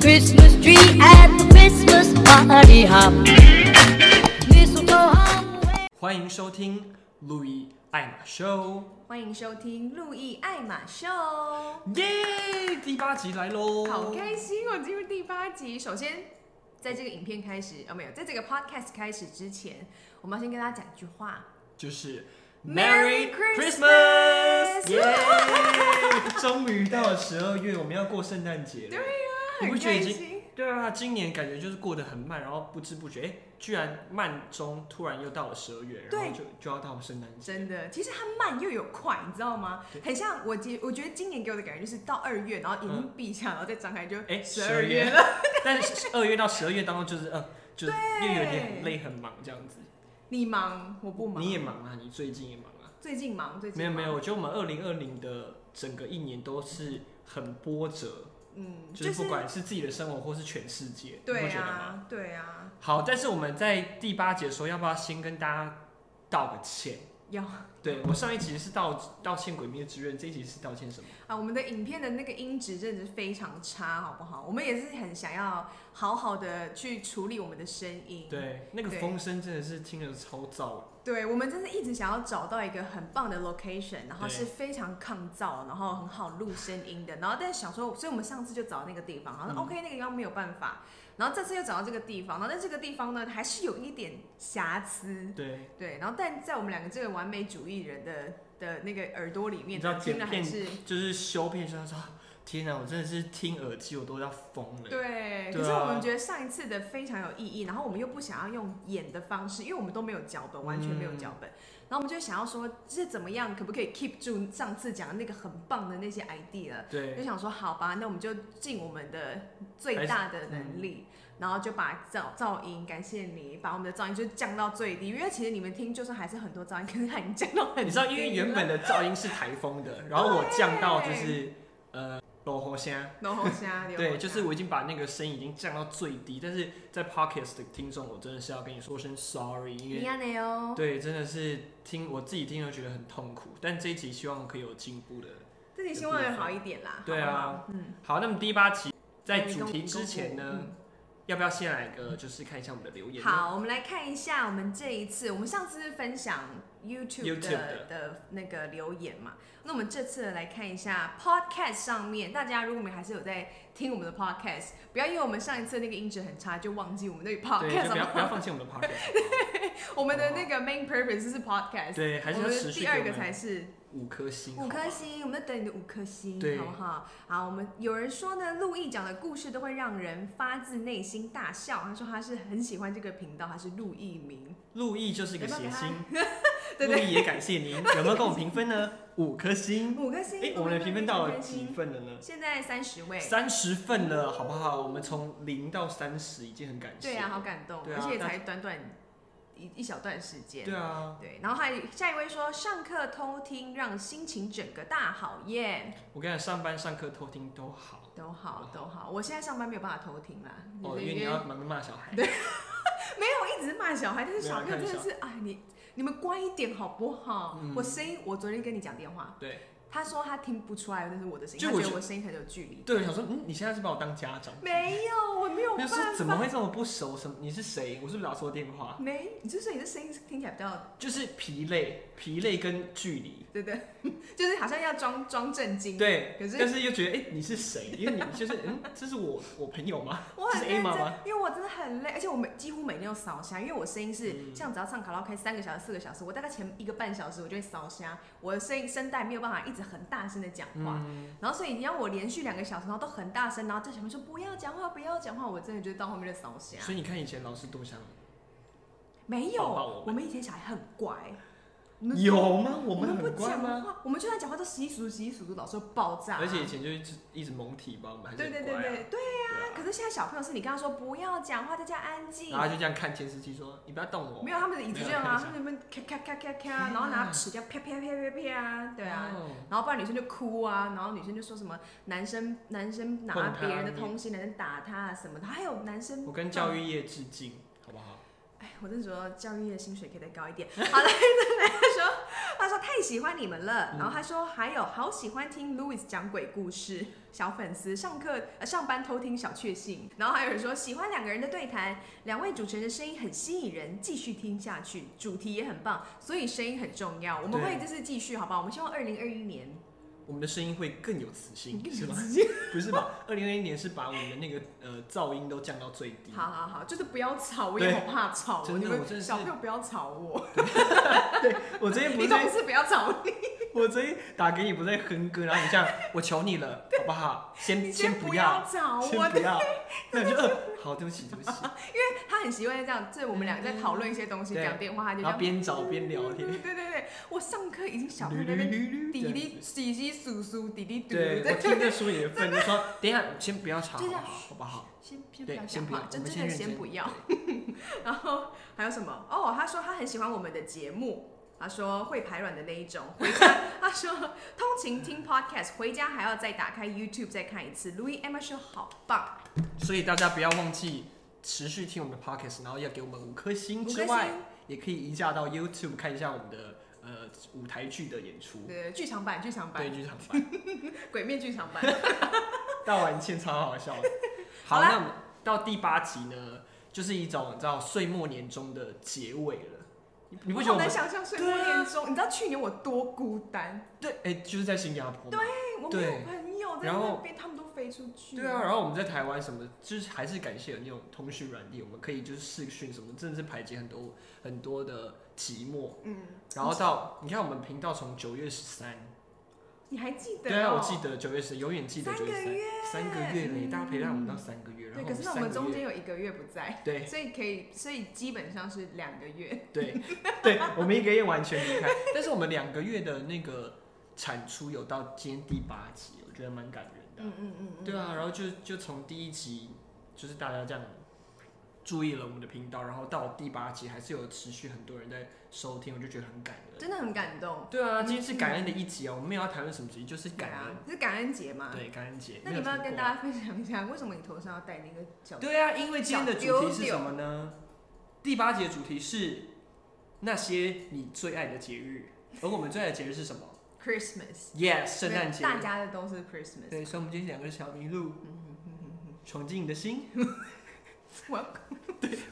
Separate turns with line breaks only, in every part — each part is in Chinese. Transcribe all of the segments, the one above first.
Christmas tree at the Christmas party hop. Mistletoe hung away.
欢迎收听路易爱马哦秀，
欢迎收听《路易爱马秀》，
耶、第八集来喽！
好开心哦！进入第八集，首先在这个影片开始哦，没有，在这个 podcast 开始之前，我们要先跟大家讲一句话。
就是
Merry
Christmas，
Christmas！
耶！ 终于到了十二月，我们要过圣诞节了。对
啊
你不觉得已
很开
经
心
对啊？今年感觉就是过得很慢，然后不知不觉，哎，居然慢中突然又到了十二月，然后
对
就就要到圣诞节。
真的，其实它慢又有快，你知道吗？很像我觉，我觉得今年给我的感觉就是到二月，然后眼睛闭上，然后再张开就
哎
十
12
二
月
月了。
但是二月到十二月当中，就是呃，就是又
对
有点很累很忙这样子。
你忙，我不忙。
你也忙啊，你最近也忙啊。
最近忙，最近
没有没有，
忙，
我觉得我们二零二零的整个一年都是很波折，
嗯，
就是不管是自己的生活或是全世界，你
对
会觉得吗？
啊，对啊，
好，但是我们在第八节的时候，要不要先跟大家道个歉？
要
对我上一集是道道歉《鬼灭之刃》，这一集是道歉什么？
啊，我们的影片的那个音质真的是非常差，好不好？我们也是很想要好好的去处理我们的声音。，
对，那个
对
风声真的是听着超燥。
对我们真是一直想要找到一个很棒的 location，然后是非常抗噪，然后很好录声音的。然后但是想说，所以我们上次就找那个地方，好像
嗯
OK 那个地方没有办法。然后这次又找到这个地方，然后但这个地方呢还是有一点瑕疵。
对，
对，然后但在我们两个这个完美主义人的的那个耳朵里
你
面
知道
呢，
剪
听了还
片
是
就是修片，就他说天哪，我真的是听耳机我都要疯了。
对，
对
可是
啊
我们觉得上一次的非常有意义，然后我们又不想要用演的方式，因为我们都没有脚本，完全没有脚
嗯
本，然后我们就想要说这怎么样，可不可以 keep 住上次讲的那个很棒的那些 idea，就
对，
想说好吧，那我们就尽我们的最大的能力，然后就把噪噪音，感谢你把我们的噪音就降到最低，因为其实你们听就算还是很多噪音，可是它已经降到
哎
很低了，
你知道，因为原本的噪音是台风的，然后我降到就是呃罗喉声。
然后现在
对，就是我已经把那个声音已经降到最低，但是在 podcast 的听众，我真的是要跟你说声 sorry，因
一
为
样的哟，
对，真的是听我自己听都觉得很痛苦。但这一集希望可以有进步的。
自己希望有好一点啦，
对啊
好不好嗯。
好，那么第八集在
你
主
跟我
题
你
之
跟
前
我
呢
嗯，
要不要先来个就是看一下我们的留言？，
好，我们来看一下我们这一次，我们上次是分享 YouTube 的
YouTube 的
的那个留言嘛，那我们这次来看一下 Podcast 上面，大家如果你们还是有在听我们的 Podcast，不要因为我们上一次那个音质很差就忘记我们那个
对，
Podcast，
就不要
好
不
不好
要放弃我们的 podcast，
我们的那个 main purpose 是 Podcast，
对，还是
我
要
们
持续
第
给
二
我
个
们
才是
五颗星，
五
好
颗
吗。
星，我们在等你的五颗星
对，
好不好？好，我们有人说呢，陆毅讲的故事都会让人发自内心大笑，他说他是很喜欢这个频道，他是陆毅明，
陆毅就是个
有没
谐
有给他
星，
对
陆
对
毅也感谢您，有没有跟我们评分呢？五颗星。
五颗星。
哎，我们的评分到了
五颗
几
星？
分了呢？
现在三十位。
三十份了，好不好？我们从零到三十已经很感谢。
对啊，好感动，
对啊
而且也
大家
才短短一一小段时间。
对啊，
对然后还有下一位说上课偷听让心情整个大好耶，
我跟你讲，上班上课偷听都好，
都好都好，我现在上班没有办法偷听啦，
哦，因为你要忙着骂小孩。
没有一直骂小孩，但是
没有
小朋友
啊看
真 的
小
是哎你你们乖一点好不好？
嗯
我声音我昨天跟你讲电话，
对
他说他听不出来那是我的声音，
就
他
我
觉
觉
得我声音很有距离，
对，我想说，嗯，你现在是把我当家长？
没有我没有
没
办
有
法
说，怎么会这么不熟？什么？你是谁？我是不是打错电话？
没，你就是你的声音听起来比较
就是疲累，疲累跟距离。
对对， 就是好像要装装震惊。，
对，
可是
但是又觉得，哎、你是谁？因为你 就是，嗯，这是我我朋友吗？
我
这
很
是 A
认
妈
真
吗？，
因为我真的很累，而且我每几乎每天都烧虾，因为我声音是、
嗯
像只要唱卡拉 OK 三个小时、四个小时，我大概前一个半小时我就会烧虾，我的声音声带没有办法一直很大声的讲话。
嗯，
然后，所以你让我连续两个小时，然后都很大声，然后在前面说不要讲话，不要讲话，我真的觉得到后面在烧虾。
所以你看以前老师多像，
没
抱抱我
有
们，
我们以前小孩很乖，我们
有吗？我
我
们
们不
很乖
讲
吗？
话，我们就算讲话都稀疏稀疏，老师会爆炸。
而且以前就一直一直蒙体吧，我们还是
对
很
啊对
乖
对
啊
对对
对啊
可是现在小朋友是你跟他说不要讲话，大家安静
然。后他就这样看监视器说：“你不要动我。”
啊没有，他们的椅子就这样
没有
啊，
看一下
他们那边咔咔咔咔咔，然后拿尺这样啪啪啪啪啪啊，对啊。
哦
然后不然女生就哭啊，然后女生就说什么男生男生拿别人的东西，男生打他啊什么的，还有男生
我跟教育业致敬，好不好？
哎，我真的觉得教育业薪水可以再高一点。 好了，再来他说，他说太喜欢你们
嗯
了，然后他说还有好喜欢听 Louis 讲鬼故事，小粉丝上课呃上班偷听小确幸，然后还有人说喜欢两个人的对谈，两位主持人的声音很吸引人，继续听下去，主题也很棒，所以声音很重要，我们
对
会就是继续，好不好？我们希望二零二一年
我们的声音会更有磁性，是吗？
直接，
不是吧？二零二一年是把我们的那个呃噪音都降到最低。
好好好，就是不要吵，我也
嗯对
好怕吵哦，
真的
你们
我真的是
小朋友不要吵我，
我昨天不
你
是
总
在，
是不要吵我。
我昨天打给你不是在哼歌，然后你这样，我求你了，好不好？
你
先
先
不
不要，找我，
先
因
不要。 那你就呃，好，对不起，对不起。
为他很习惯这样，这我们两个在讨论一些东西，
嗯对
讲电话他就这
然后
样。
边找边聊天
对。对对对，我上课已经 小
捋
声在那
捋 捋捋
边滴
这样
滴
子
滴滴簌簌滴 滴嘟嘟，
嗯对，我
对
听
对
得
对，
出你的份，就 说等一下先不要吵，好
就这
不
样
好？好不好？
先先不
对
要
先
讲
不要
话，
我
真
们
真
先
的
认
先
真
不要。 然后还有什么？哦，他说他很喜欢我们的节目。他说会排卵的那一种，回家他说通勤听 podcast，回家还要再打开 YouTube 再看一次。Louis Emma 说好棒，
所以大家不要忘记持续听我们的 podcast，然后要给我们五颗星之
五颗
外
星，
也可以移驾到 YouTube 看一下我们的呃舞台剧的演出，
对，剧场版剧场
对
版，
剧场版，
鬼面剧场版。
大碗欠超好笑的。
好
好，
啦
那我们到第八集呢，就是一种你知道岁末年终的结尾了，你你不觉得我
我好
们
难想象睡
对
梦
啊
年中，你知道去年我多孤单，
对？哎，就是在新加坡嘛，
哎，我没有
对
朋友在
然
那
后
边，他们都飞出去。
对啊，，然后我们在台湾什么，就是还是感谢有那种通讯软体，我们可以就是视讯什么，真的是排解很多很多的寂寞。
嗯，
然后到你看我们频道从九月十三，
你还记得、哦？
对啊，我记得九月十，永远记得
三
九
个
月十
月，
三，三个月嘞，大家陪伴我们到三个月，然
对，
后
可是那我们
三
中
个月，
间有一个月不在，
对
所以可以，所以基本上是两个月。
对对，我们一个月完全离开，但是我们两个月的那个产出有到今天第八集，我觉得蛮感人的啊。
嗯嗯嗯嗯，
对啊，然后就就从第一集就是大家这样注意了我们的频道，然后到第八集还是有持续很多人在收听，我就觉得很感人。
真的很感动。
对啊，今天是感恩的一集啊，我们没有要谈论什么集，就是
嗯对
感
啊
恩。，
是感恩节嘛？。
对，感恩节。
那你们要跟
家？
大家分享一下，为什么你头上要戴那个小？
对啊，因为今天的主题是什么呢？第八集的主题是那些你最爱的节日，而我们最爱的节日是什么
Christmas，
？Yes，圣诞节。
大家的都是 Christmas。
对，所以我们今天两个小麋鹿
嗯嗯嗯嗯嗯
闯进你的心。
我要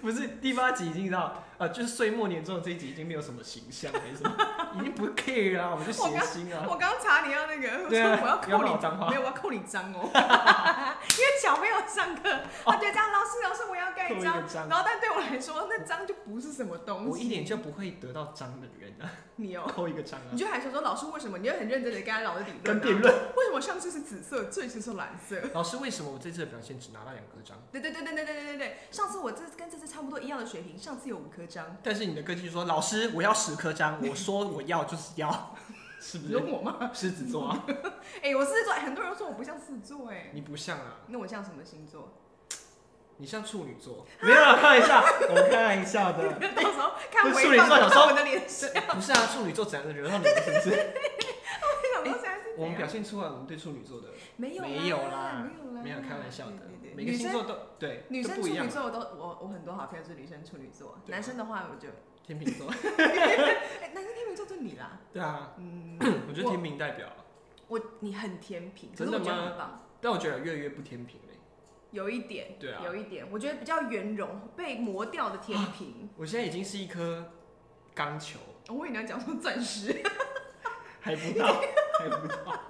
不是第八集已经到，呃，就是岁末年终的这一集已经没有什么形象还是什么，已经不 care 啦，我们就谐星啊。
我刚查你要那个，我
对啊
说我要
不要
扣
骂我
你
脏话
没有，我要扣你章哦，因为小朋友上课，他觉得这样老师老师我要盖
扣一
章
个，章
然后但对我来说那章就不是什么东
我
西，
一点就不会得到章的人啊，
你哦，
扣一个章啊
你，就还想说老师为什么？你就很认真的跟他老师理论、
跟
啊，
辩论。
为什么上次是紫色，这次是蓝色？
老师，为什么我这次的表现只拿到两颗章？
对对对对对对对对，上次我这跟这次差不多一样的水平，上次有五颗章，
但是你的歌剧说，老师我要十颗章，我说我要就是要， 是不
你说
是？
我 吗？
狮子座啊，
哎、我狮子座，很多人说我不像狮子座、哎，
你不像啊，
那我像什么星座？
你像处女座。没有，开玩笑，我开玩笑的。
到时候看
这
回
树林
放，
座想说
看我的脸色，
不是啊，处女座怎样的惹到你了是不是？
我想说现在是
我
怎
们
样
表？现出来我们对处女座的
没有
没有啦
没有啦，
没有开玩笑的
对，对
每个
对
星座都对，
女
都
生女
不一
生处
样
女。座我都我我很多好朋友是女生处女座，
对啊
男生的话我就
天秤座，
哎男生天秤座就你啦，
对啊，
嗯，
我觉得天秤代表，
我你很甜品，可
真
是
的
我觉得
吗
很棒，
但我觉得越来越不天平嘞。
有一点
对啊
有一点，我觉得比较圆融被磨掉的天平，
我现在已经是一颗钢球，
我以为你要讲说钻石，
还不到，还不到，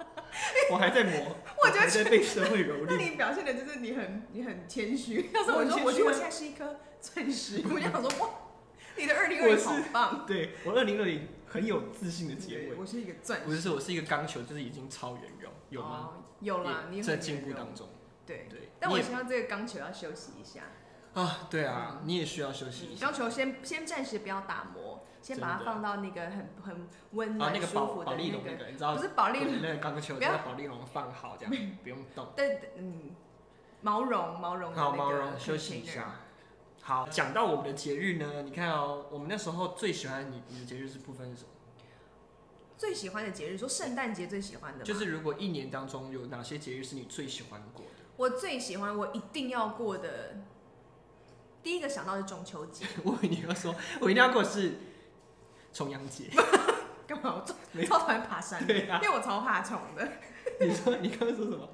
我还在磨，
我觉得
还在被社会蹂
那
躏。
你表现的就是你很你很谦虚，要是
我
我
很
说
谦
我觉
虚
得
啊
我现在是一颗钻石， 我就想说哇，你的二零
我
二
是
好棒，
对我二零二零很有自信的结
对
尾，
我是一个钻
不
石，
是我是一个钢球，就是已经超圆融，有吗？
哦？有啦，
也
你很
在进步
圆融
当中，
对。
对。
但
你
我
也
希望这个钢球要休息一下，
啊，对啊，你也需要休息一下。
钢球先先暂时不要打磨，先把它
真的
放到那个很很温
啊，
暖、
那个
舒
保
服
保
的
利
那
龙那
个，
个，你哦知道
不是保利龙，
那个钢球，
不
只
要
要保利龙放好这 样，不用动。
但嗯，毛绒毛绒的
好，
那
毛
个
绒休息一
container。
下。好，讲到我们的节日呢，你看哦，我们那时候最喜欢你你的节日是部分是什么？
最喜欢的节日，说圣诞节最喜欢的吗，
就是如果一年当中有哪些节日是你最喜欢过的？
我最喜欢我一定要过的第一个想到是中秋节，
我以为你要说，我一定要过是重阳 节。
干嘛？我超
没
超讨厌爬山的，
对啊
因，为我超怕虫的。
你说你刚刚说什么？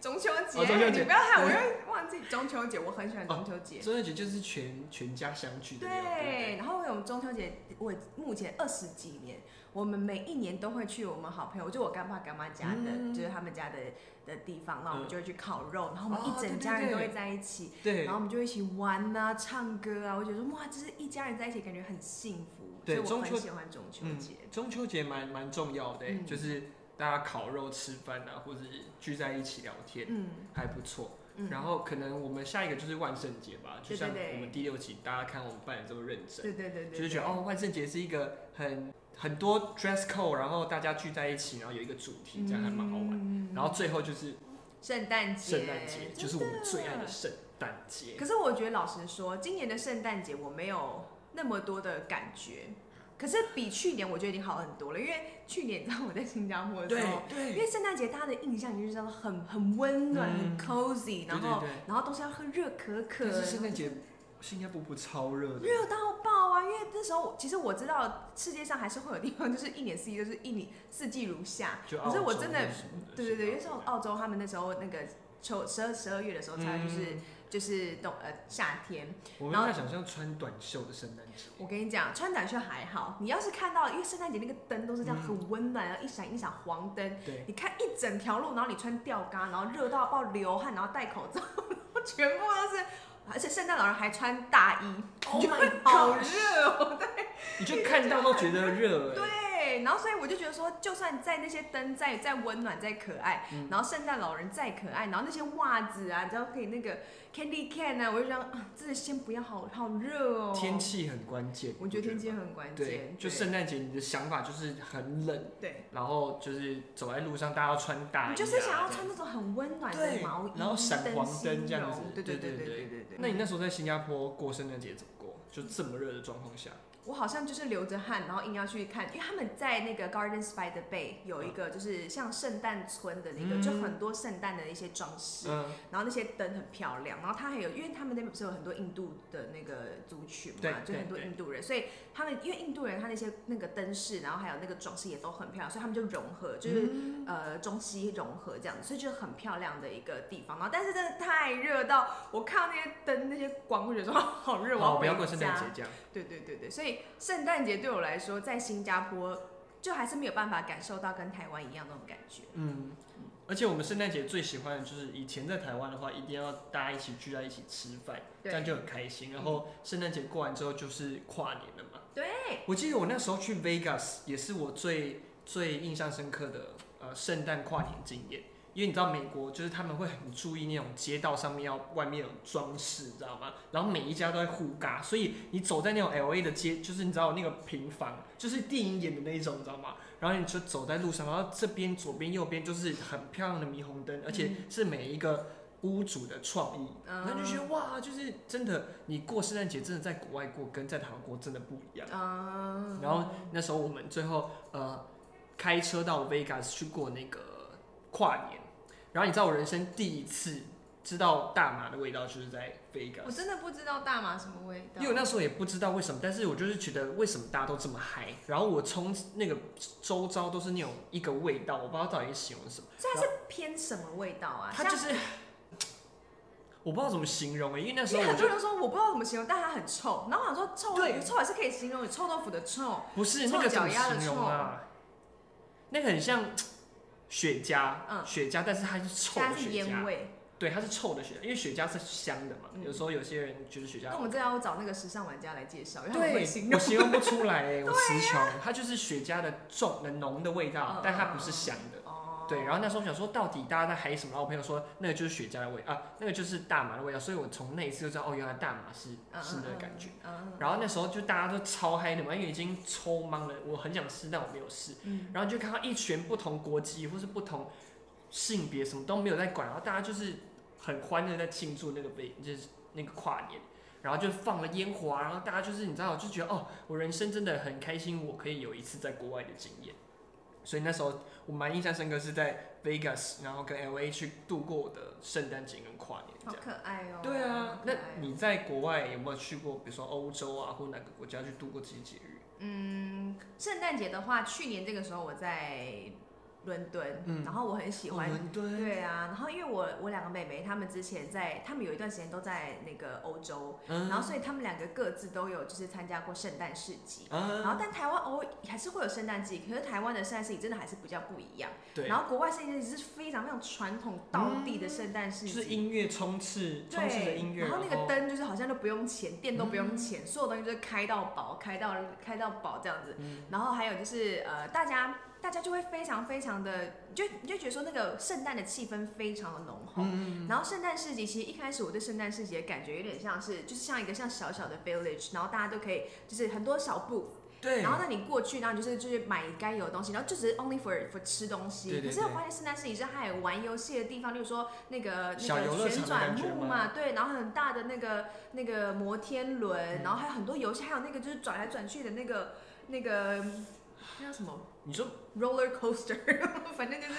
中秋节，
哦中秋节哦
你不要害我，又忘记中秋节，我很喜欢中秋节。
中秋节就是全全家相聚的那种，对不
对，
对
然后我们中秋节，我目前二十几年，我们每一年都会去我们好朋友，就我干爸干妈家的，
嗯
就是他们家的的地方，然后我们
嗯
就会去烤肉，然后我们
哦
一整家人
对对对
都会在一起，
对
然后我们就一起玩啊、唱歌啊，我觉得说哇，这是一家人在一起，感觉很幸福，
对
所以我
中秋
很喜欢中秋节。
嗯中秋节蛮蛮重要的欸、
嗯
就是大家烤肉吃饭啊，或者是聚在一起聊天，
嗯
还不错。
嗯，
然后可能我们下一个就是万圣节吧，就
对对
像
对
我们第六集大家看我们办的这么认真，
对对对对，
就是觉得
对
哦，万圣节是一个很很多 dress code，然后大家聚在一起，然后有一个主题，这样还蛮好玩。
嗯
然后最后就是
圣诞节，
圣诞节，就是我们最爱的圣诞节
可。是我觉得老实说，今年的圣诞节我没有那么多的感觉，可是比去年我觉得已经好很多了，因为去年你知道我在新加坡的
对
时候。哦因
对
为圣诞节大家的印象就是说很很温暖、
嗯
很 cozy，然后
对对对
然后都是要喝热可可，
可是圣诞节新加坡不超热的，
热到爆啊！因为那时候我其实我知道世界上还是会有地方就是一年四季就是一年四季如夏，
就
可是我真的
澳洲什么的
对对对，因为
是
像
吧
澳洲他们那时候那个秋十二十二月的时候才
嗯
就是、就是冬呃夏天，
我没
然后
办法想象穿短袖的圣诞 节。
我跟你讲，穿短袖还好，你要是看到，因为圣诞节那个灯都是这样
嗯
很温暖，然后一闪一闪黄灯，
对，
你看一整条路，然后你穿吊嘎，然后热到爆，流汗，然后戴口罩， 然后全部都是，而且圣诞老人还穿大衣
Oh my
好
gosh
热哦，
你就看到都觉得热哎、
对，然后所以我就觉得说，就算在那些灯再再温暖再可爱，
嗯
然后圣诞老人再可爱，然后那些袜子啊，你知道可以那个 candy can 啊，我就觉得啊，真的先不要好好热哦，
天，气很关键，
我觉得天气
吧
很关
对
键，，
就圣诞节你的想法就是很冷，
对。
然后就是走在路上大家要穿大衣、啊，
你就是想
这
要
样
穿那种很温暖的
对
毛衣，
然后闪
灯
黄
芯
灯这样
绒
子
对对
对
对
对
对
对
对对。
那你那时候在新加坡过圣诞节怎么过？就这么热的状况下，
我好像就是流着汗，然后硬要去看，因为他们在那个 Gardens by the Bay 有一个就是像圣诞村的那个，
嗯
就很多圣诞的一些装饰，
嗯，
然后那些灯很漂亮，然后它还有，因为他们那边不是有很多印度的那个族群
对
嘛，就
对
很多
对
印度人，所以他们因为印度人他那些那个灯饰，然后还有那个装饰也都很漂亮，所以他们就融合，就是
嗯
呃中西融合这样子，所以就很漂亮的一个地方。然后但是真的太热到我看到那些灯那些光，我觉得说好热，
好，
我
哦不要
回
过圣诞
家
节这样，
对对对对，所以圣诞节对我来说，在新加坡就还是没有办法感受到跟台湾一样那种感觉。
嗯。而且我们圣诞节最喜欢的就是以前在台湾的话，一定要大家一起聚在一起吃饭，这
对
样就很开心。然后圣诞节过完之后就是跨年了嘛。
对，
我记得我那时候去 Vegas 也是我最最印象深刻的呃圣诞跨年经验，因为你知道美国就是他们会很注意那种街道上面要外面有装饰，你知道吗？然后每一家都在互嘎，所以你走在那种 L A 的街，就是你知道那个平房，就是电影演的那一种，你知道吗？然后你就走在路上，然后这边左边右边就是很漂亮的霓虹灯，而且是每一个屋主的创意，
嗯
然后就觉得哇，就是真的，你过圣诞节真的在国外过跟在台湾过真的不一样。
嗯，
然后那时候我们最后呃开车到 Vegas 去过那个跨年，然后你知道我人生第一次知道大麻的味道就是在
我
Vegas，
真的不知道大麻什么味
因
道，
为我那时候也不知道为什么，但是我就是觉得为什么大家都这么嗨，然后我从那个周遭都是那种一个味道，我不知道到底是形容什么，
所以它是偏什么味道啊？
它
像
就是我不知道怎么形容诶、欸因为那时
因
候
为
我
很
就
多人说我不知道怎么形容，但它很臭。然后我想说臭，
对
臭也是可以形容，有臭豆腐的臭，
不是那个怎么
臭脚丫的
形容啊，那个很像雪茄，
嗯
雪茄，但是它是臭
但
的
它是
雪茄
烟。味。
对，它是臭的雪，因为雪茄是香的嘛。
嗯
有时候有些人觉得雪
那我
茄，
们这要找那个时尚玩家来介绍，因为他们
啊对
会形，
我
容。
形容不出来、
啊
欸，我词穷。它就是雪茄的重、的浓的味道
嗯，
但它不是香的。
哦
对，然后那时候想说，到底大家在嗨什么？然后我朋友说，那个就是雪茄的味啊，那个就是大麻的味道。所以我从那一次就知道，哦，原来大麻是是那个感觉。。
嗯嗯嗯
然后那时候就大家都超嗨的嘛，因为已经抽懵了，我很想试，但我没有试。
嗯
然后就看到一群不同国籍或是不同性别什么都没有在管，然后大家就是很欢乐在庆祝那个被就是那个跨年，然后就放了烟火啊，然后大家就是你知道就觉得哦，我人生真的很开心，我可以有一次在国外的经验。
嗯
所以那时候我蛮印象深刻是在 Vegas，然后跟 LA 去度过我的圣诞节跟跨年这
好
样。
可爱哦、
对啊
好，可
那
爱哦
你在国外有没有去过，比如说欧洲啊，或哪个国家去度过这些节日？
嗯，圣诞节的话，去年这个时候我在伦敦，
嗯
然后我很喜欢。
伦敦，
对啊，然后因为我我两个妹妹，她们之前在，她们有一段时间都在那个欧洲，
嗯
然后所以她们两个各自都有就是参加过圣诞市集，然
啊，
后但台湾偶尔还是会有圣诞季，可是台湾的圣诞市集真的还是比较不一样，
对，
然后国外圣诞节是非常非常传统道地的圣诞市
就
集，
是音乐充斥，充斥着
对，
音乐，
然后那个
后嗯
灯就是好像都不用钱，电都不用钱，所有东西就是开到饱，开到开到饱这样子。然后还有就是呃，大家大家就会非常非常的，你就你就觉得说那个圣诞的气氛非常的浓厚。
嗯
然后圣诞市集其实一开始我对圣诞市集的感觉有点像是，就是像一个像小小的 village，然后大家都可以就是很多小布
对，
然后那你过去，然后你就是就是买该有的东西，然后就只是 only for for 吃东西。
对对
可是我
对
发现圣诞市集是还有玩游戏的地方，例如说那个
小游
那
乐
个
场
旋
的
转
感觉
木
吗
嘛，对，然后很大的那个那个摩天轮，
嗯
然后还有很多游戏，还有那个就是转来转去的那个那个那叫什么
你说
roller coaster，反 正就是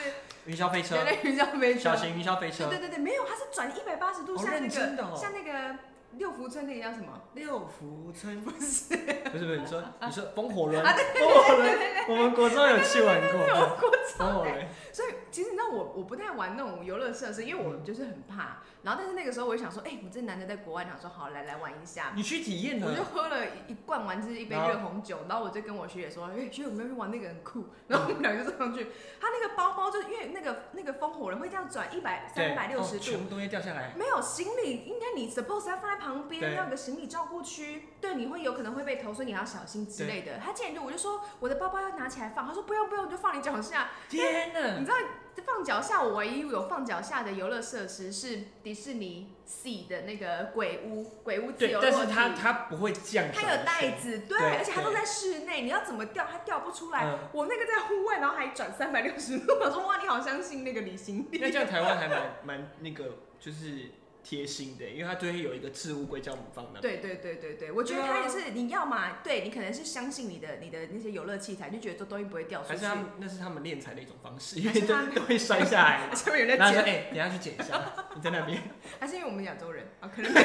云霄飞车，
人类云霄飞车
小。型云霄飞车
对，对对对，没有，它是转一百八十度，
哦
像那
认真的
个
哦
像那个六福村那个叫什 么？
六福村
不是，
不是不是，你说你说风火轮，风火轮，我们国中有去玩过，
我
风火轮，
所以其实你知道我我不太玩那种游乐设施，因为我就是很怕。然后但是那个时候我就想说，哎、我这难得在国外，想说好来来玩一下。
你去体验
我就
了，
喝了一一罐完就是一杯
然后
热红酒，然后我就跟我学姐说，哎、学姐我们要去玩那个很
嗯
酷，然后我们俩就上去，他那个包包就是因为那个那个风火轮会这样转一百
对，
三百六十
哦
度，
全部东西掉下来，
没有行李，应该你 suppose 要放在旁边，
对
要有个行李照顾区，对，你会有可能会被投诉，你要小心之类的。他竟然就我就说我的包包要拿起来放，他说不用不用，我就放你脚下，
天
你
哪，
知道放脚下，我唯一有放脚下的游乐设施是迪士尼 C 的那个鬼屋，鬼屋自
对
由，落
但
体
是它它不会降，
它有袋，子，对，
对
而且它
对
都在室内，你要怎么掉它掉不出来。
嗯
我那个在户外，然后还转三百六十度，我说哇，你好相信那个李行
那
李。
这样台湾还蛮 蛮那个就是贴心的，因为它就会有一个置物柜叫我们放那，
对对对对对，我觉得
对啊
它也是你要嘛，对你可能是相信你的你的那些游乐器材，你就觉得这东西不会掉出
还
去
是。 他们那是他们练财的一种方式，因
还
为
是
都
他们
都会摔下来嘛。
下面有人
然
在
后说：“
捡，
哎、等一下去捡一下，你在那边。
还是因为我们亚洲人啊，可能
不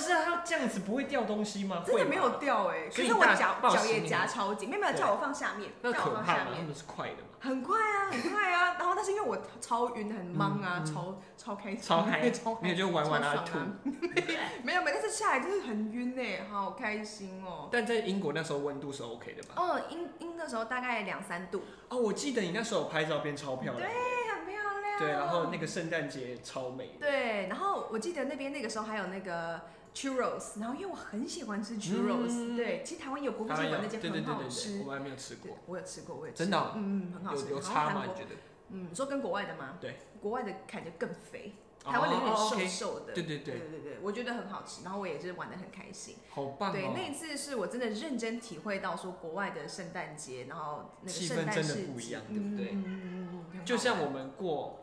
是啊，他这样子不会掉东西吗？
真
会
的
吗
没有掉哎、
啊所
可
以
是我
大
脚
抱
脚
行
也
李
夹超紧，没有没有
对
叫我放下面，
那
叫我
可
放
怕
下
吗？他
面，
们是快的嘛，
很快啊，很快啊。然后但是因为我超晕很忙啊，
嗯嗯
超超开心，
超嗨
超嗨
没有就玩完了
超
吐
爽。啊 没有没有，但是下来就是很晕呢、好开心哦、
但在英国那时候温度是 OK 的吧？
哦，英英的时候大概两三度，
哦，我记得你那时候有拍照片超漂亮的，
哎，很漂亮。
对，然后那个圣诞节超美的，
对，然后我记得那边那个时候还有那个 churros，然后因为我很喜欢吃 churros，、
嗯
对，其实台湾有国
台
际
湾有
馆那
对
间
对对
很好
对
吃
对，我还没有吃过
对，我有吃过，我有吃
真的哦
过嗯，嗯很好吃，
有有
然后
差
韩
吗？
国
你觉得？
嗯，你说跟国外的吗？
对，
国外的看起来更肥，台湾的有
哦
点
哦
瘦
，OK，
瘦的。
对对
对
对，
对对，我觉得很好吃，然后我也是玩的很开心。
好棒
对，那
哦！
一次是我真的认真体会到说国外的圣诞节，然后那个
气
圣
氛
诞
真的
市
不
集
一样，对不对？
嗯嗯嗯嗯嗯很好
就像
玩
我们过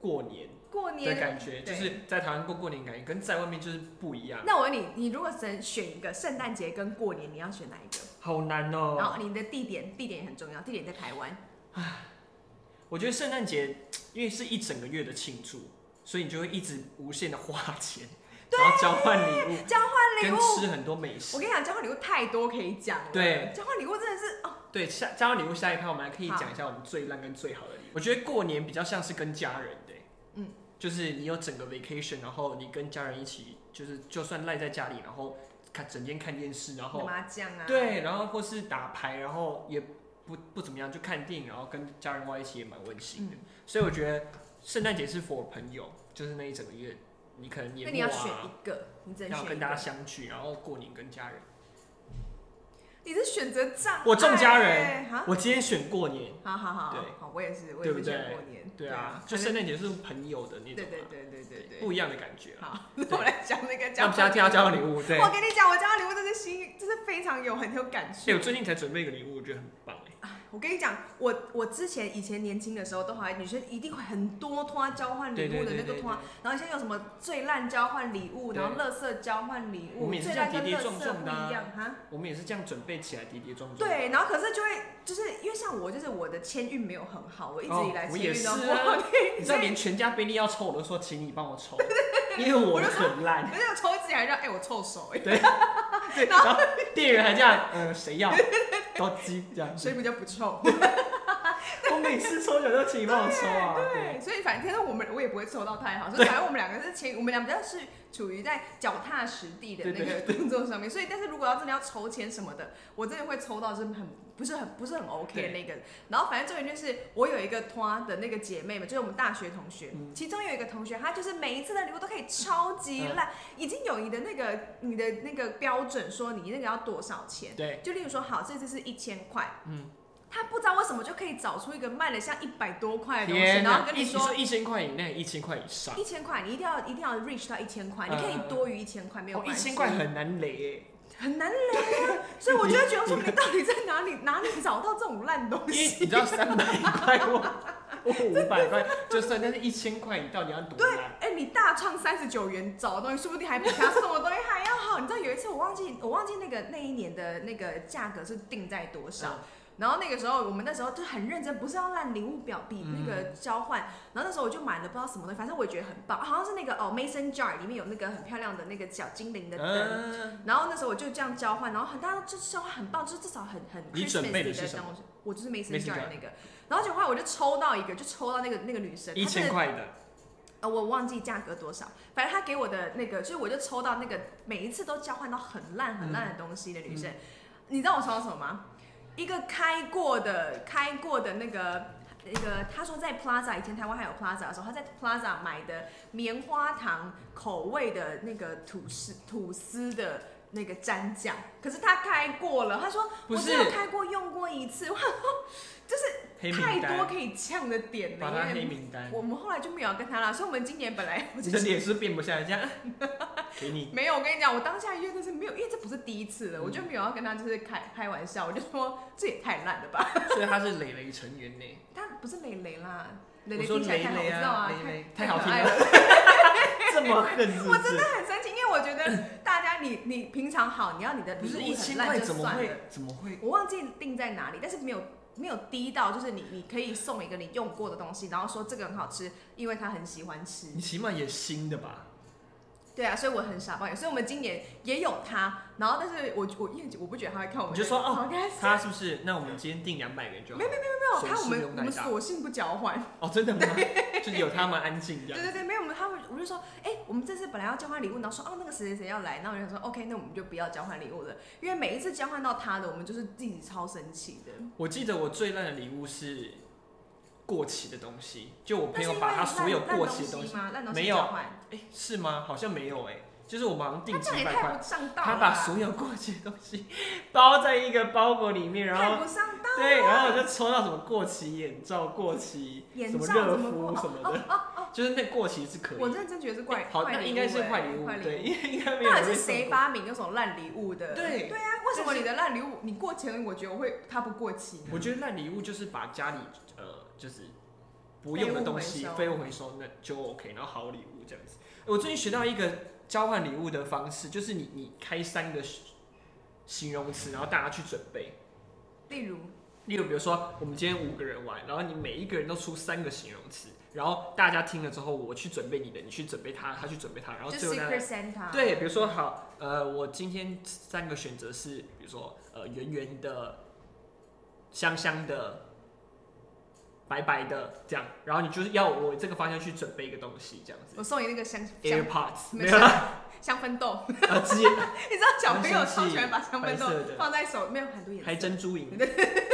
过年
过
的
年
感觉，就
对
是在台湾过过年感觉跟在外面就是不一样，
那我问你，你如果只选一个圣诞节跟过年，你要选哪一个？
好难哦。
然后你的地点，地点也很重要，地点在台湾。
我觉得圣诞节因为是一整个月的庆祝，所以你就会一直无限的花钱，
啊
然后交换礼物，
交换礼
跟
物，
吃很多美
我
食。
跟你讲，交换礼物太多可以讲了。
对，
交换礼物真的是哦，
对，下交换礼物下一趴我们还可以讲一下我们最烂跟最好的礼物。我觉得过年比较像是跟家人的、欸
嗯，
就是你有整个 vacation，然后你跟家人一起，就是就算赖在家里，然后看整天看电视，然后
麻将啊，
对，然后或是打牌，然后也不不怎么样，就看电影，然后跟家人玩一起也蛮温馨的。
嗯
所以我觉得圣诞节是 for 朋友，就是那一整个月，你可能年
那你
末
要选
啊，
一个，你只能
要
选
跟
一
大家
个。啊
相聚，然后过年跟家人。
你是选择障碍
我中家人
欸哈，
我今天选过年，
好好好，
对
好，我也是，我
对
也
不
是
对
选过年，
对啊，就
反
圣
正
诞节是朋友的那种、
对
啊，
对对对对
不
对。
一样的感觉啊。
好，那我来讲那个
那我
交
们现在
换
听到交换礼 物，对。
我
哎、
跟你讲，我交换礼物真是心，真是非常有很有感触
我。最近才准备一个礼物，我觉得很棒哎、
我跟你讲，我我之前以前年轻的时候都好像女生一定会很多拖交换
对
啊礼
对
物的
对
那
对
个
对
拖，，然后现在有什么最烂交换礼物，
对
然后垃圾交换礼
我
物，
们也是
最
这样
烂跟
跌跌
垃圾
撞撞
不
的啊
一样哈。
我们也是这样准备起来，跌跌撞撞。
对，然后可是就会就是因为像我就是我的签运没有很好，我一直
哦
以来
我
签
也
运都
是
不
啊
好，
你知
所
道
以
连全家便利要抽，我都说请你帮我 抽，因为我的很烂。
可是我抽自己还让哎、我臭手哎、
对，然后店员还这样，呃，谁要？高级这样
所
子
以。比较不臭。
我每次抽奖都请你帮我抽啊。
对，所以反正我们我也不会抽到 太好，所以反正我们两个是签，我们俩比较是处于在脚踏实地的那
对对
个工作上面，所以但是如果要真的要抽签什么的，我真的会抽到是很不是很不是很 OK 的
对
那个。然后反正重点就是我有一个拖的那个姐妹嘛，就是我们大学同学，
嗯
其中有一个同学，她就是每一次的礼物都可以超级
嗯
烂，已经有你的那个你的那个标准说你那个要多少钱，
对
就例如说，好，这次是一千块，嗯
嗯，
他不知道为什么就可以找出一个卖了像一百多块
对，
的东西，
天
然后
哪！
跟
一
你
你
说
说一千块以内，一千块以上，
一千块，你一定要一定要 reach 到一千块，
嗯
你可以多于一千块没有
哦，一
关系，
千块很难雷耶，
很难累 啊，所以我就会觉得说，你到底在哪里哪里找到这种烂东
因为
西？
你知道三百块或 或五百块就算，但是一千块你到底要多
对
难？，
哎、你大创三十九元找的东西，说不定还比他送的东西还要好。你知道有一次我忘记，我忘记那个那一年的那个价格是定在多少，然后那个时候，我们那时候就很认真，不是要烂礼物表比那
嗯
个交换。然后那时候我就买了不知道什么东西，反正我也觉得很棒，啊好像是那个哦 Mason jar 里面有那个很漂亮的那个小精灵的灯。
嗯，
然后那时候我就这样交换，然后很大家就交换很棒，就是至少很很
你准备
Christmas
的
y
是什么
东西。我就是 Mason
Mason
jar
jar
的那个，然后就后来我就抽到一个，就抽到那个那个女生，
一
她真
千
的
块的，
呃，我忘记价格多少，反正他给我的那个，就是我就抽到那个每一次都交换到很烂很烂的东西的女
嗯
生，你知道我抽到什么吗？一个开过的开过的那个那个，他说在 Plaza 以前台湾还有 Plaza 的时候，他在 Plaza 买的棉花糖口味的那个吐司吐司的。那个蘸酱，可是他开过了，他说
不
我
是
只有开过用过一次， 哇，就是
黑
太
名
多
单，
可以呛的点了，
把
因为
它黑名单。
我们后来就没有跟他了，所以我们今年本来我
你
就
的脸是变不下来，这样 给你。
没有，我跟你讲，我当下约的是没有，因为这不是第一次了，我就没有要跟他就是开开玩笑，我就说这也太烂了吧，
所以他是磊磊成员呢。
他不是蕾蕾啦，蕾
我
蕾
说
听起来
磊
太好，
磊
我知道
啊，
啊
磊，磊
太
太好
可
听
爱
了
了，，
这么恨是不
我真的
是？
很生气，因为我觉得大家你你平常好，你要你的
不是
礼
一
物很
千
烂
块
就
怎么
算了
会，怎么会？
我忘记定在哪里，但是没有没有低到就是你你可以送一个你用过的东西，然后说这个很好吃，因为他很喜欢吃，
你起码也新的吧？
对啊，所以我很傻抱怨，所以我们今年也有他，然后但是我我因为我不觉得他会看我们，
你就说哦
好开心，
他是不是？那我们今天定两百元就好。没有没有没
没有他
损
我
失
们
不用
我们
太大
索性不交换，
哦，真的吗？就是有他们安 静这
对
样。
对对，没有我们他们我就说，哎、我们这次本来要交换礼物，然后说哦那个谁谁谁要来，然后我就想说 OK，那我们就不要交换礼物了，因为每一次交换到他的，我们就是自己超生气的，
我记得我最烂的礼物是过期的东西，就我
那
朋
是
友
因为
把他所有
烂
过期的
东
东
西
西，
吗？烂东西
没有
交换，
哎，是吗？好像没有哎，就是我忙
他
定
这样
几
也
百
太
块，
不上道了吧，啊
他把所有过期的东西 包在一个包裹里面，然后
太不上道了，
对，然后我就抽到什么过期眼罩、过期
眼
什么
罩
热
怎么过哦
敷什么的，就是那过期是可以
我。认真觉得是怪，
好，
坏
那
礼
应该
物
是
哎
坏礼物，
坏礼
对，应应该没有
到
人
底
会
是谁
送过。
发明那种烂礼物的？
对
对啊，为什
就
么
是
你的烂礼物你过前我觉得我会它不过期呢？
我觉得烂礼物就是把家里呃就是不用的东西
废
废物
物回收
回收，那就 OK，然后好礼物这样子。我最近学到一个交换礼物的方式，就是你你开三个形容词，然后大家去准备。
例如
例如，比如说我们今天五个人玩，然后你每一个人都出三个形容词，然后大家听了之后，我去准备你的，你去准备他，他去准备他，然后
就
最后大
Secret
家
Santa，，
对，比如说好，呃，我今天三个选择是，比如说呃圆圆的、香香的、白白的这样，然后你就是要我这个方向去准备一个东西这样子
我送你那个香香
，AirPods
没
没
有
有啦，
香 氛豆，
呃直接
你知道小朋友超喜欢把香氛
白色
豆
的
放在手，没有很多颜
还
色，
珍珠 银、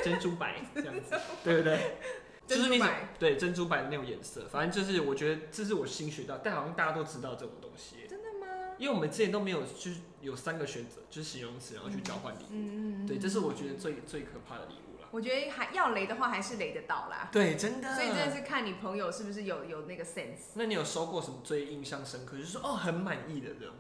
珍珠白这样子，对不对？就
珍
是那种
珠白，
对珍珠白的那种颜色，反正就是我觉得这是我新学到，但好像大家都知道这种东西，
真的吗？
因为我们之前都没有就是有三个选择，就是形容词，然后去交换礼物。
嗯嗯，嗯
对，这是我觉得最最可怕的礼物了。
我觉得还要雷的话还是雷得到啦，
对，真的。
所以真的是看你朋友是不是有有那个 sense。
那你有收过什么最印象深刻，就是说哦很满意的这种？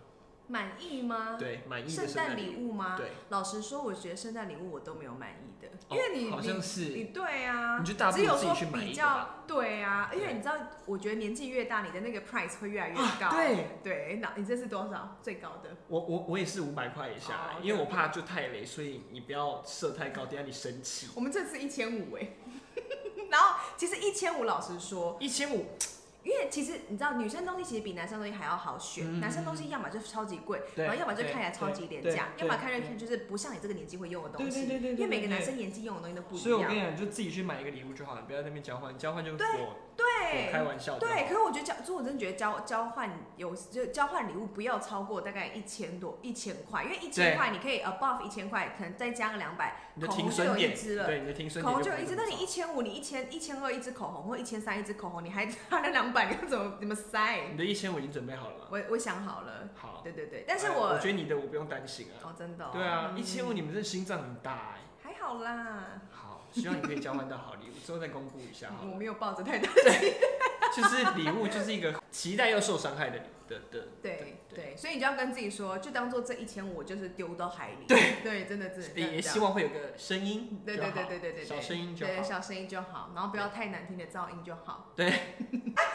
满意吗？
对，满意的
啊圣
圣
诞
诞
礼
物。
物吗？
对，
老实说，我觉得圣诞礼物我都没有满意的，
哦
因为你
好像是
你你对啊，
你就大不
只
如
有
自己
说
去买
比
一个
较对啊，因为
对
你知道，我觉得年纪越大，你的那个 price 会越来越
啊
高。
对
对，那你这是多少最高的？
我我我也是五百块以下
哦，
因为我
OK
怕就太累，所以你不要设太高，等下你生气。
我们这次一千五哎， 然后其实一千五，老实说，
一千五，
因为其实你知道，女生东西其实比男生东西还要好选，
嗯
男生东西要么就超级贵，
对
然后要么就看起来超级廉价，
对对
要么看着
对
看就是不像你这个年纪会用的东西，
对对对对对
因为每个
对
男生年纪用的东西都不一样。
所以我跟你讲，你就自己去买一个礼物就好了，不要在那边交换，交换就是我我开
对。
玩笑。
对，可，是我觉得交，所以我真的觉得交交换有就交换礼物不要超过大概一千多一千块，因为一千
对
块你可以 above 一千块，可能再加个两百，
你的
口
停
红就有
损
一
点，
支了，
对，你的停损
口
点
红
就
就
不
有
会
一
这
支，那
么
你
少
一千五，你一千一千二一支口红，或一千三一支口红，你还差那两百，你要怎么怎么塞？
你的一千五已经准备好了吗？
我我想好了，
嗯好，
对对对，但是
哎
我
我觉得你的我不用担心啊。
哦真的、哦、
对啊，一千五
嗯
你们这心脏很大哎。
还好啦，
好，希望你可以交换到好礼物，之后再公布一下好
我
了。
没有抱着太大
就是礼物就是一个期待又受伤害的礼的的。
对
对
对，所以你就要跟自己说，就当做这一千五我就是丢到海里，对对，真的真的
也也
这样
希望会有个声音
对
就
对
好，
对对对对，
小声音就
对
好。
小声音就好，然后不要太难听的噪音就好。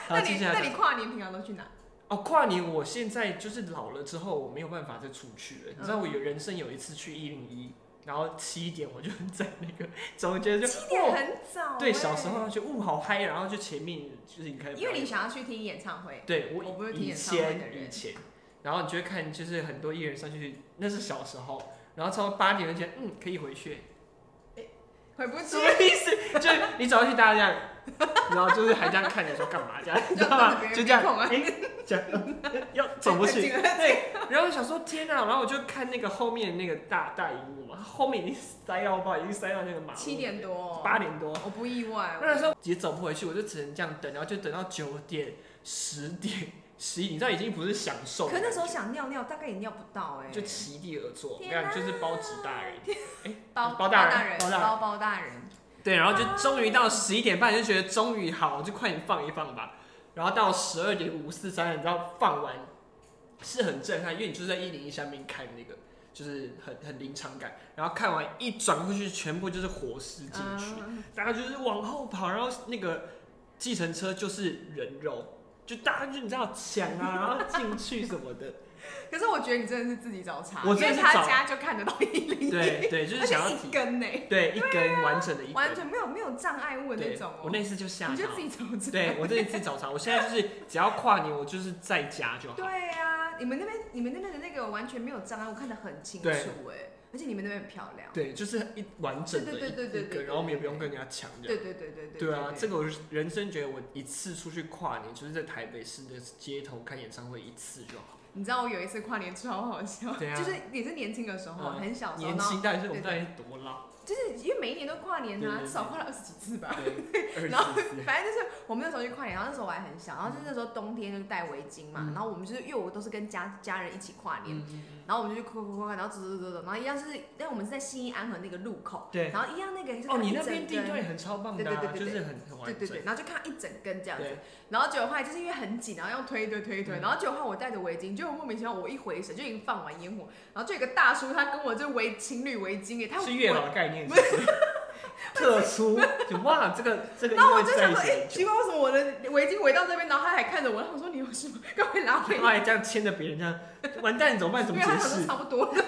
好，
那
接
你
下
那
来
你跨年平常都去哪？
哦，跨年我现在就是老了之后，我没有办法再出去了。你知道
嗯
我有人生有一次去一零一，然后七点我就在那个中间就
七点
哇，
很早、欸
对，小时候，就呜好嗨，然后就前面就是你开始
因为
表
你
演
想要去听演唱会，
对
我不
我
是听
以
演唱会的
前
人
以前，然后你就会看就是很多艺人上去，那是小时候，然后超过八点就觉得嗯可以回去，
回不去
什么， 意思？就是你走上去，大家这样，然后就是还这样看你说干嘛这样，你知道吗？就这样，哎、这样 要走不去。
对，
然后我想说天哪、然后我就看那个后面那个大大荧幕嘛，后面已经塞到爆，已经塞到那个马路
七点多哦，
八点多。
我不意外。哦
那时候也走不回去，我就只能这样等，然后就等到九点、十点、十一，你知道已经不是享受的
可
感觉。
那时候想尿尿，大概也尿不到哎，
就席地而坐，我跟你
天
讲，就是包纸大人。哎
包
包大
大
人包
包
大人
包大人，
对，然后就终于到十一点半，就觉得终于好，就快点放一放吧。然后到十二点五四三，你知道放完是很震撼，因为你就是在一零一下面看那个，就是很很临场感。然后看完一转过去，全部就是活尸进去，
嗯
大家就是往后跑，然后那个计程车就是人肉，就大家就你知道抢啊，然后进去什么 的。
可是我觉得你真的是自己找茬，
我
因为
真的是
他
找
家就看得到一零一，
对对，就是想
而
要
且
体
一根呢，
对一根完整的一根，
完全没有没有障碍物的那
对
种，
我
哦，
那次就吓到
你就自己找茬。
对我这一次早茶，我现在就是只要跨年，我就是在家就好。
对啊，你们那边你们那边的那个完全没有障碍物，看得很清楚
对
哎，而且你们那边很漂亮。
对，就是一完整的一
对对对对对
一
对
个，然后我们也不用跟人家抢这
对
样。
对对对对
对啊，这
个
个我是人生觉得我一次出去跨年，就是在台北市的街头看演唱会一次就好。
你知道我有一次跨年超好笑，
对啊
就是也是年轻的时候，
嗯
很小的时候，
年
然后
轻，但是我们
对
到底是多老？
就是因为每一年都跨年
对对
啊，
对
至少跨了二十几次吧。
对，二
然后
十四。
反正就是我们那时候去跨年，然后那时候我还很小，然后就是那时候冬天就是戴围巾嘛，
嗯
然后我们就是因为我都是跟家家人一起跨年，
嗯嗯嗯
然后我们就去跨跨跨，然后走走走走，然后一样是，但我们是在信义安和那个路口，
对。
然后一样那个是
哦，你
一
那
整
边地
根
段也很超棒的
对
啊，
对对对
就
对
是很很
对
完
对
整。
对，然后就看到一整根这样子
对，
然后结果后来就是因为很紧，然后用推推推推，
嗯
然后结果后来我戴着围巾，就莫名其妙我一回神就已经放完烟火，然后就有一个大叔他跟我这围情侣围巾哎，他
是月老的概念，是不是 特殊就哇，这个这个
然后我
因
就
为在
想
一
说，
起
哎、
很久
奇怪，为什么我的围巾围到这边，然后他还看着我，然后我说你有什么，赶快 拿回
然后
来，
还这样牵着别人这样，完蛋，怎么办？哎怎
因
么
为他
解
想说
释？
差不多 了，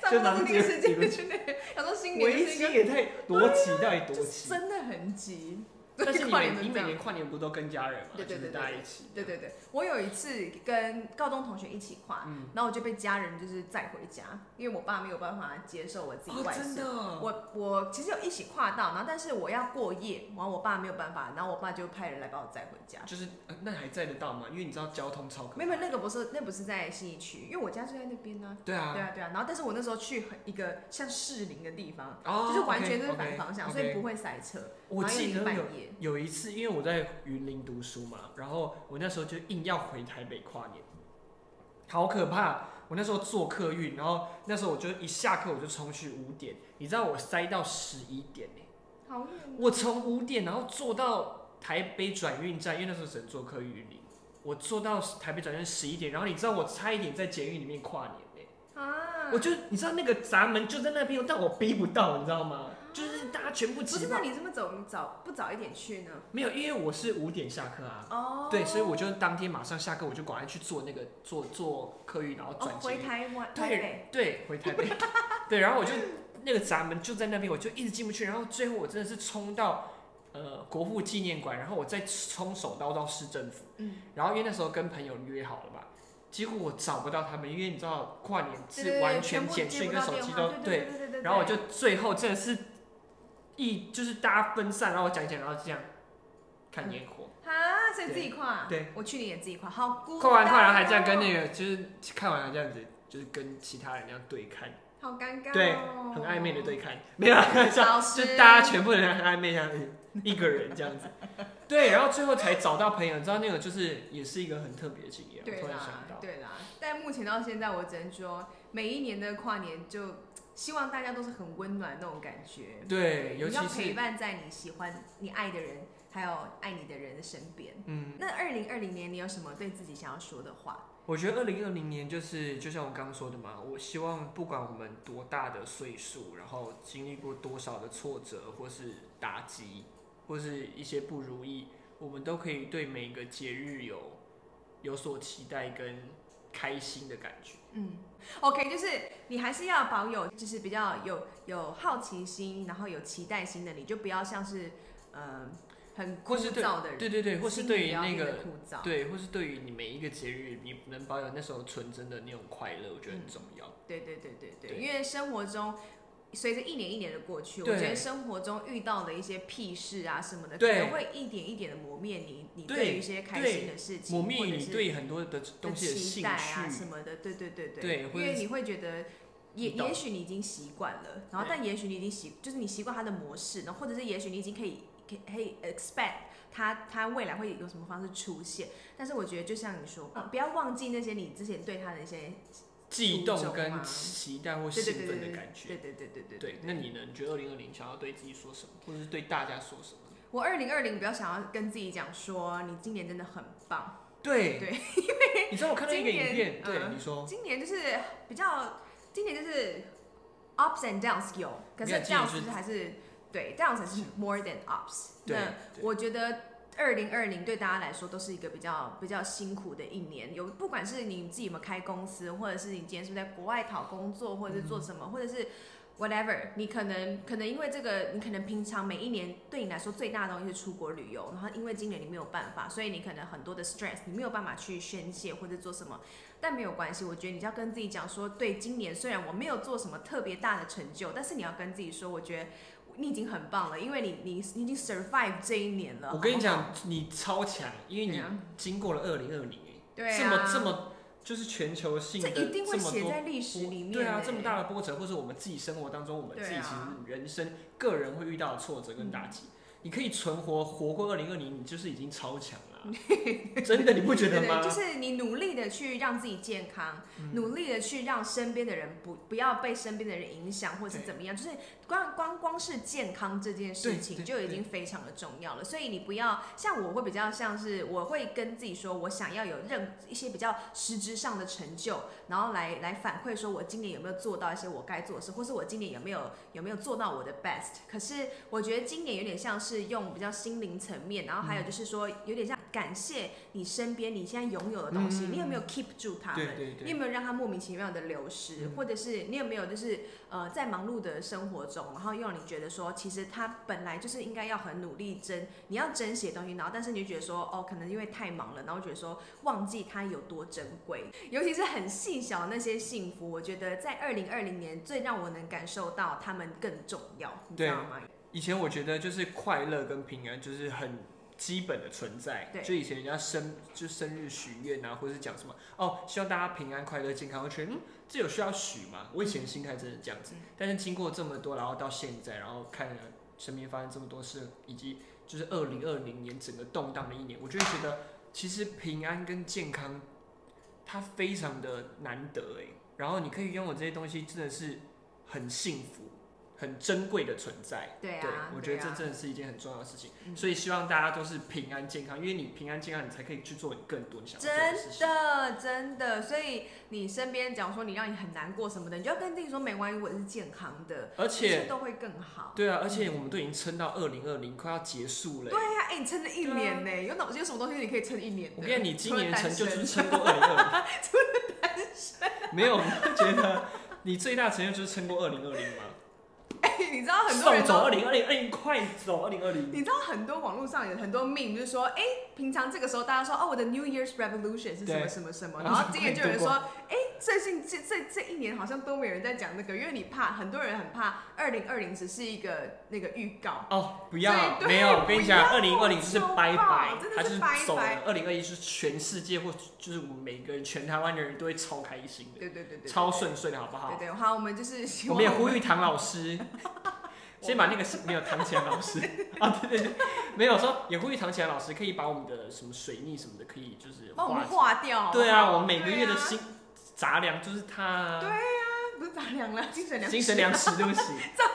差不
就
多
拿
是
着
那个时
这个
间之内，想说新年
围
就是一
巾
个
也太逻 辑，到底多奇？
真的很急，
但是你
跨
每
年都
你
这
每
样
年跨年不都跟家人嘛，
对对
就是
对
大家一起。
对对对，我有一次跟高中同学一起跨，
嗯
然后我就被家人就是载回家，因为我爸没有办法接受我自己
哦
外，
真
宿。
的哦，
我我其实有一起跨到，然后但是我要过夜，然后我爸没有办法，然后我爸就派人来把我载回家。
就是呃那还载得到吗？因为你知道交通超可怕。
没有没有，那个不是那不是在信义区，因为我家就在那边呢、
对
对
啊，
啊对啊，然后但是我那时候去很一个像士林的地方，
哦，
就是完全就是
OK，OK，
反方向
OK
所以不会塞车。
我
然后
记
又是
得
半
有
夜，
有一次，因为我在云林读书嘛，然后我那时候就硬要回台北跨年，好可怕！我那时候坐客运，然后那时候我就一下课我就冲去五点，你知道我塞到十一点呢、
好远哦。
我从五点然后坐到台北转运站，因为那时候只能坐客运云林，我坐到台北转运十一点，然后你知道我差一点在监狱里面跨年欸
啊，
我就你知道那个闸门就在那边，但我逼不到，你知道吗？就是大家全部
不
挤
是，
爆
那，你这么走，你早不早一点去呢？
没有，因为我是五点下课啊。
哦，
对，所以我就当天马上下课，我就赶快去做那个做做客运，然后
哦
转捷
回
运
台湾，台北
对对，回台北， 对，然后我就那个闸门就在那边，我就一直进不去，然后最后我真的是冲到呃国父纪念馆，然后我再冲手刀到市政府，
嗯，
然后因为那时候跟朋友约好了嘛，结果我找不到他们，因为你知道跨年
对对
是
对
完
全
全
部
简
接
讯
不
跟
到
手
电
机
话
都
对对对对，
然后我就最后真的是一就是大家分散，然后我讲一讲，然后这样看烟火，
啊，所以自己跨，
对对，
我去年也自己跨，好孤单哦，
跨完跨然后还这样跟那个就是看完还这样子，就是跟其他人那样对看。
好尴尬，哦
对，很暧昧的，对看，没有啦，开玩笑
老
就
师，
大家全部人很暧昧这样子，一个人这样子，对，然后最后才找到朋友，你知道那个就是也是一个很特别的经验，我
对
突然
啦
想，到，
对啦，但目前到现在，我只能说每一年的跨年就希望大家都是很温暖那种感觉，
对，尤
你
其
要陪
是
伴在你喜欢、你爱的人，还有爱你的人的身边。
嗯，
那二零二零年，你有什么对自己想要说的话？
我觉得二零二零年就是就像我刚刚说的嘛，我希望不管我们多大的岁数，然后经历过多少的挫折或是打击，或是一些不如意，我们都可以对每个节日有有所期待跟开心的感觉。
嗯，OK，就是你还是要保有，就是比较有有好奇心，然后有期待心的你，就不要像是呃很枯
或是
燥的人，
对对对，或是
心
对
里
于
不要
那
变得
个，
枯燥。
对，或是对于你每一个节日，你能保有那时候纯真的那种快乐，我觉得
嗯
很重要。
对对对对对，
对
因为生活中随着一年一年的过去，我
对
觉得生活中遇到的一些屁事啊什么的，可
对
能会一点一点的磨灭你你
对
对于一些开心的事情，
磨
或
灭
者
你
是
对很多的东西的
期
兴
待啊什
趣，
么的，对对对对，
对
因
或者
为
是
你会觉得。也
你懂
也许你已经习惯了，然
对
后但也许你已经习，就是你习惯它的模式，然后或者是也许你已经可以可以可以 expect 它它未来会有什么方式出现。但是我觉得就像你说，
嗯
不要忘记那些你之前对它的一些，
悸
初衷
动
嘛
跟期待或
对对
兴
对
奋
对
的感觉
对。对对对对
对，那你呢？你觉得二零二零想要对自己说什么，或者是对大家说什么？
我二零二零比较想要跟自己讲说，你今年真的很棒。
对
对，
你知道我看到一个
今年
影片，对
嗯
你说，
今年就是比较，今年就是 ups and downs 有，可是
没有今年
downs
就是
就是还是对 downs 还是 more than ups。
对
那，
对
我觉得二零二零对大家来说都是一个比较比较辛苦的一年，有不管是你自己有没有开公司，或者是你今天是不是在国外讨工作，或者是做什
嗯
么，或者是 whatever，你可能可能因为这个，你可能平常每一年对你来说最大的东西是出国旅游，然后因为今年你没有办法，所以你可能很多的 stress 你没有办法去宣泄或者做什么，但没有关系，我觉得你就要跟自己讲说，对，今年虽然我没有做什么特别大的成就，但是你要跟自己说，我觉得。你已经很棒了，因为你你你已经 survive 这一年了。
我跟你
好不好，
讲，你超强，因为
对
你
啊
经过了二零二零，
对啊，
这么这么就是全球性
这
的
一定会
这么
写
多
在历史里面、欸
对啊，这么大
的，
的波折，或是我们自己生活当中，我们
对
自己其
啊嗯
实人生、个人会遇到的挫折跟打击，你可以存活活过二零二零，你就是已经超强 了啊、真的，你不觉
对
得吗？嗯
对，就是你努力的去让自己健康，努力的去让身边的人不不要被身边的人影响，或是
对
怎么样，就是光光光是健康这件事
对
情
对
就已经非常的重要了。所以你不要像我会比较像是我会跟自己说，我想要有任一些比较实质上的成就，然后来来反馈说我今年有没有做到一些我该做的事，或是我今年有没有有没有做到我的 best。可是我觉得今年有点像是用比较心灵层面，然后还有就是说有点像感谢你身边你现在拥有的东西，
嗯
你有没有 keep 住它们？
对对
你有
对，
没有让它莫名其妙的流失，
嗯
或者是你有没有就是呃在忙碌的生活中，然后又让你觉得说，其实它本来就是应该要很努力争，你要珍惜的东西，然后但是你就觉得说，哦，可能因为太忙了，然后觉得说忘记它有多珍贵， 尤其是很细小的那些幸福，我觉得在二零二零年最让我能感受到他们更重要，你知
对
道吗？
以前我觉得就是快乐跟平安就是很基本的存在
对，
就以前人家生就生日许愿啊，或者是讲什么哦，希望大家平安快乐健康，我觉得嗯，这有需要许吗？我以前心态真的这样子，
嗯
但是经过这么多，然后到现在，然后看了身边发生这么多事，以及就是二零二零年整个动荡的一年，我就会觉得其实平安跟健康它非欸常的难得哎，然后你可以拥有这些东西，真的是很幸福。很珍贵的存在。
对
对
啊，，
我觉得
对
这
啊
真的是一件很重要的事情，
嗯
所以希望大家都是平安健康，因为你平安健康，你才可以去做你更多你想要做
真
的事情。
的真的，所以你身边讲说你让你很难过什么的，你就要跟自己说没关系，我是健康的，
而
一切
且，
都会更好。
对啊，而且我们都已经撑到二零二零，快要结束了欸。
对呀、哎、你撑了一年呢、有哪有什么东西你可以撑一年的？
我跟你讲，你今年
除
成
了单
就
身
就是撑过二零 二零。没有，你会觉得你最大成就就是撑过二零二零吗？
哎你知道 很多
送
人
走
都
二零二零，二零快走二零二零。
你知道很多网络上有很多 meme，就是说，哎、平常这个时候大家说，哦，我的 New Year's Revolution 是什
对
么什么 什么，
然
然
后
后今年就有人
很
说，哎、最近这这这一年好像都没有人在讲那个，因为你怕很多人很怕二零二零只是一个那个预告，
哦，不要，
对
没有，我跟你讲，二
不要
零二零就是拜拜
超棒真，的
它就是是走
拜
了
拜。
二零二一是全世界或就是我们每个人全台湾的人都会超开心的，
对对对对，
超顺遂的好不
对
好？
对，好，我们就是希
我
望
们也呼吁唐老师，
我
先把那个是没有唐启安老 师啊，对对对，没有说也呼吁唐启安老师可以把我们的什么水逆什么的可以就是
哦帮我
化
们
解。
化掉好不好，
对啊，我们每个月的
对啊
薪杂粮就是他
对啊不是杂粮了，精神粮，
精神粮食，对不 起，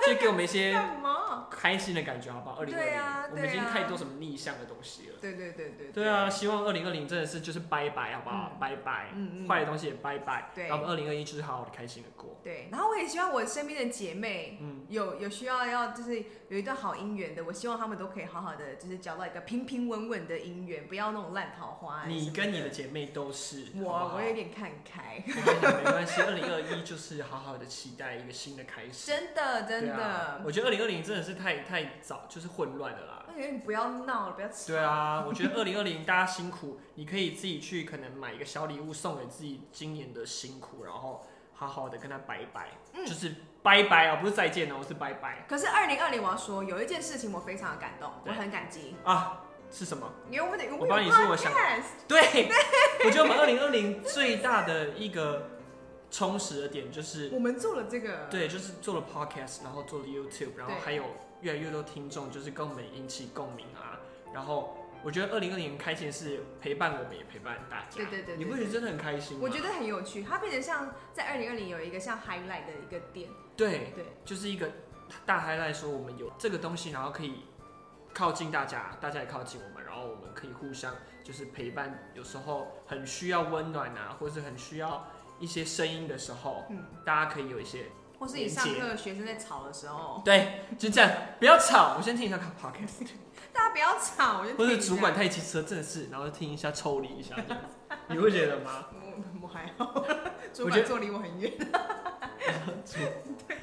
就给我们一些
干嘛？
开心的感觉，好不好？二零二
对啊
零，我们已经
对啊
太多什么逆向的东西了。
对对对对
对啊，，希望二零二零真的是就是拜拜，好不好？
嗯
拜拜，
嗯嗯
坏的东西也拜拜。
对
然后我们二零二一就是好好的开心的过。
对，然后我也希望我身边的姐妹，
嗯，
有有需要要就是有一段好姻缘的，我希望他们都可以好好的，就是交到一个平平稳稳的姻缘，不要那种烂桃花啊什么的。
你跟你的姐妹都是，
我
好不好
我有点看开，
我跟你讲没关 系，二零二一就是好好的期待一个新的开始。
真的真
对啊
的，
我觉得二零二零真的是太太早，就是混乱了啦。
那你不要闹了，不要吵。
对啊，我觉得二零二零大家辛苦，你可以自己去可能买一个小礼物送给自己今年的辛苦，然后好好的跟他拜拜，
嗯
就是拜拜哦，不是再见哦，是拜拜
可是二零二零，我要说有一件事情我非常的感动，我
对
很感激，
啊，是 什么？
因为我们的
我
我
帮
们
你
有
是我想
podcast，
对，我觉得我们二零二零最大的一个充实的点就是，
我们做了这个，
对，就是做了 podcast，然后做了 YouTube，然后
对
还有越来越多听众，就是跟我们引起共鸣啊。然后我觉得二零二零开心的是陪伴我们，也陪伴大家。
对对对对
你不觉得真的很开心吗？
我觉得很有趣，它变成像在二零二零有一个像 highlight 的一个点，
对，
对
就是一个大 h i 说我们有这个东西，然后可以靠近大家，大家也靠近我们，然后我们可以互相就是陪伴，有时候很需要温暖啊，或是很需要一些声音的时候，
嗯，
大家可以有一些
或是你
连
上
接
课学生在吵的时候，
对，就这样，不要吵，我先听一下 podcast，
大家不要吵，我就
或是
听一
主
下
管太骑车真的是，然后听一下抽离一下这样子，你会觉得吗？
我我还 好，主
我觉
管
得
座离我很远。
主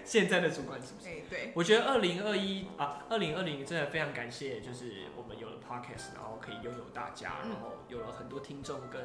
现在的主管是不是？
哎，对，
我觉得二零二一啊，二零二零真的非常感谢，就是我们有了 podcast，然后可以拥有大家，
嗯
然后有了很多听众跟，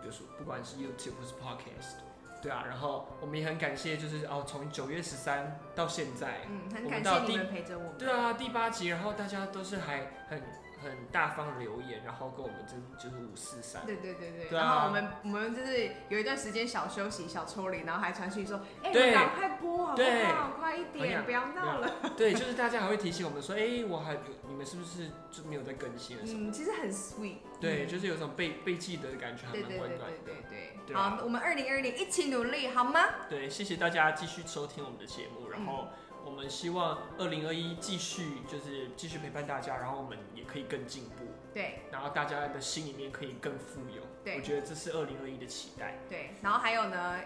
比如说不管是 YouTube 或是 podcast，对啊，然后我们也很感谢，就是哦，从九月十三到现在，
嗯，很
我们
感
到
谢你
第
们陪着我们。
对啊，第八集，然后大家都是还很很大方留言，然后跟我们真就是五四三，
对对对对，
对啊
然后我们我们就是有一段时间小休息、小抽离，然后还传讯说，哎、
对
你赶快播好不
对哎
好？快一
很想
点，不要闹了。
对，就是大家还会提醒我们说，哎、我还有你们是不是就没有在更新了什么？
嗯，其实很 sweet。
对，
嗯
就是有种被被记得的感觉，还
对
蛮
对对
温
对
暖的。
对对
对
对。
啊
好，我们二零二零一起努力，好吗？
对，谢谢大家继续收听我们的节目，
嗯
然后我们希望二零二一继续就是继续陪伴大家，然后我们也可以更进步，
对
然后大家的心里面可以更富有。
对
我觉得这是二零二一的期待。
对，然后还有呢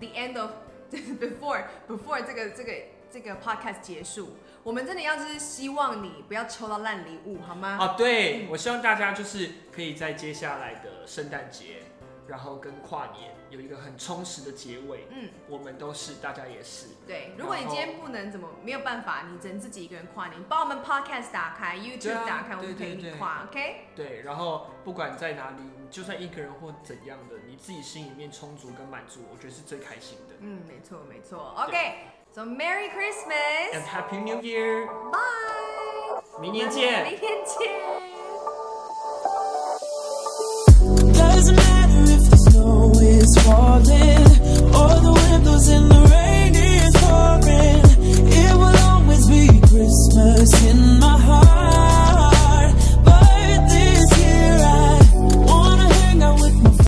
，the end of 就是 before before 这个这个这个 podcast 结束，我们真的要就是希望你不要抽到烂礼物，好吗？
啊，对，我希望大家就是可以在接下来的圣诞节，然后跟跨年有一个很充实的结尾。
嗯。
我们都是，大家也是。
对，如果你
然后
今天不能怎么没有办法，你只能自己一个人跨年，把我们 podcast 打开
对啊
，YouTube 打开，我
对
们陪
对
你
对
跨，OK？
对，然后不管在哪里，你就算一个人或怎样的，你自己心里面充足跟满足，我觉得是最开心的。
嗯，没错没错，OK。So Merry Christmas，
And Happy New Year！
拜，
明年见。
明天见。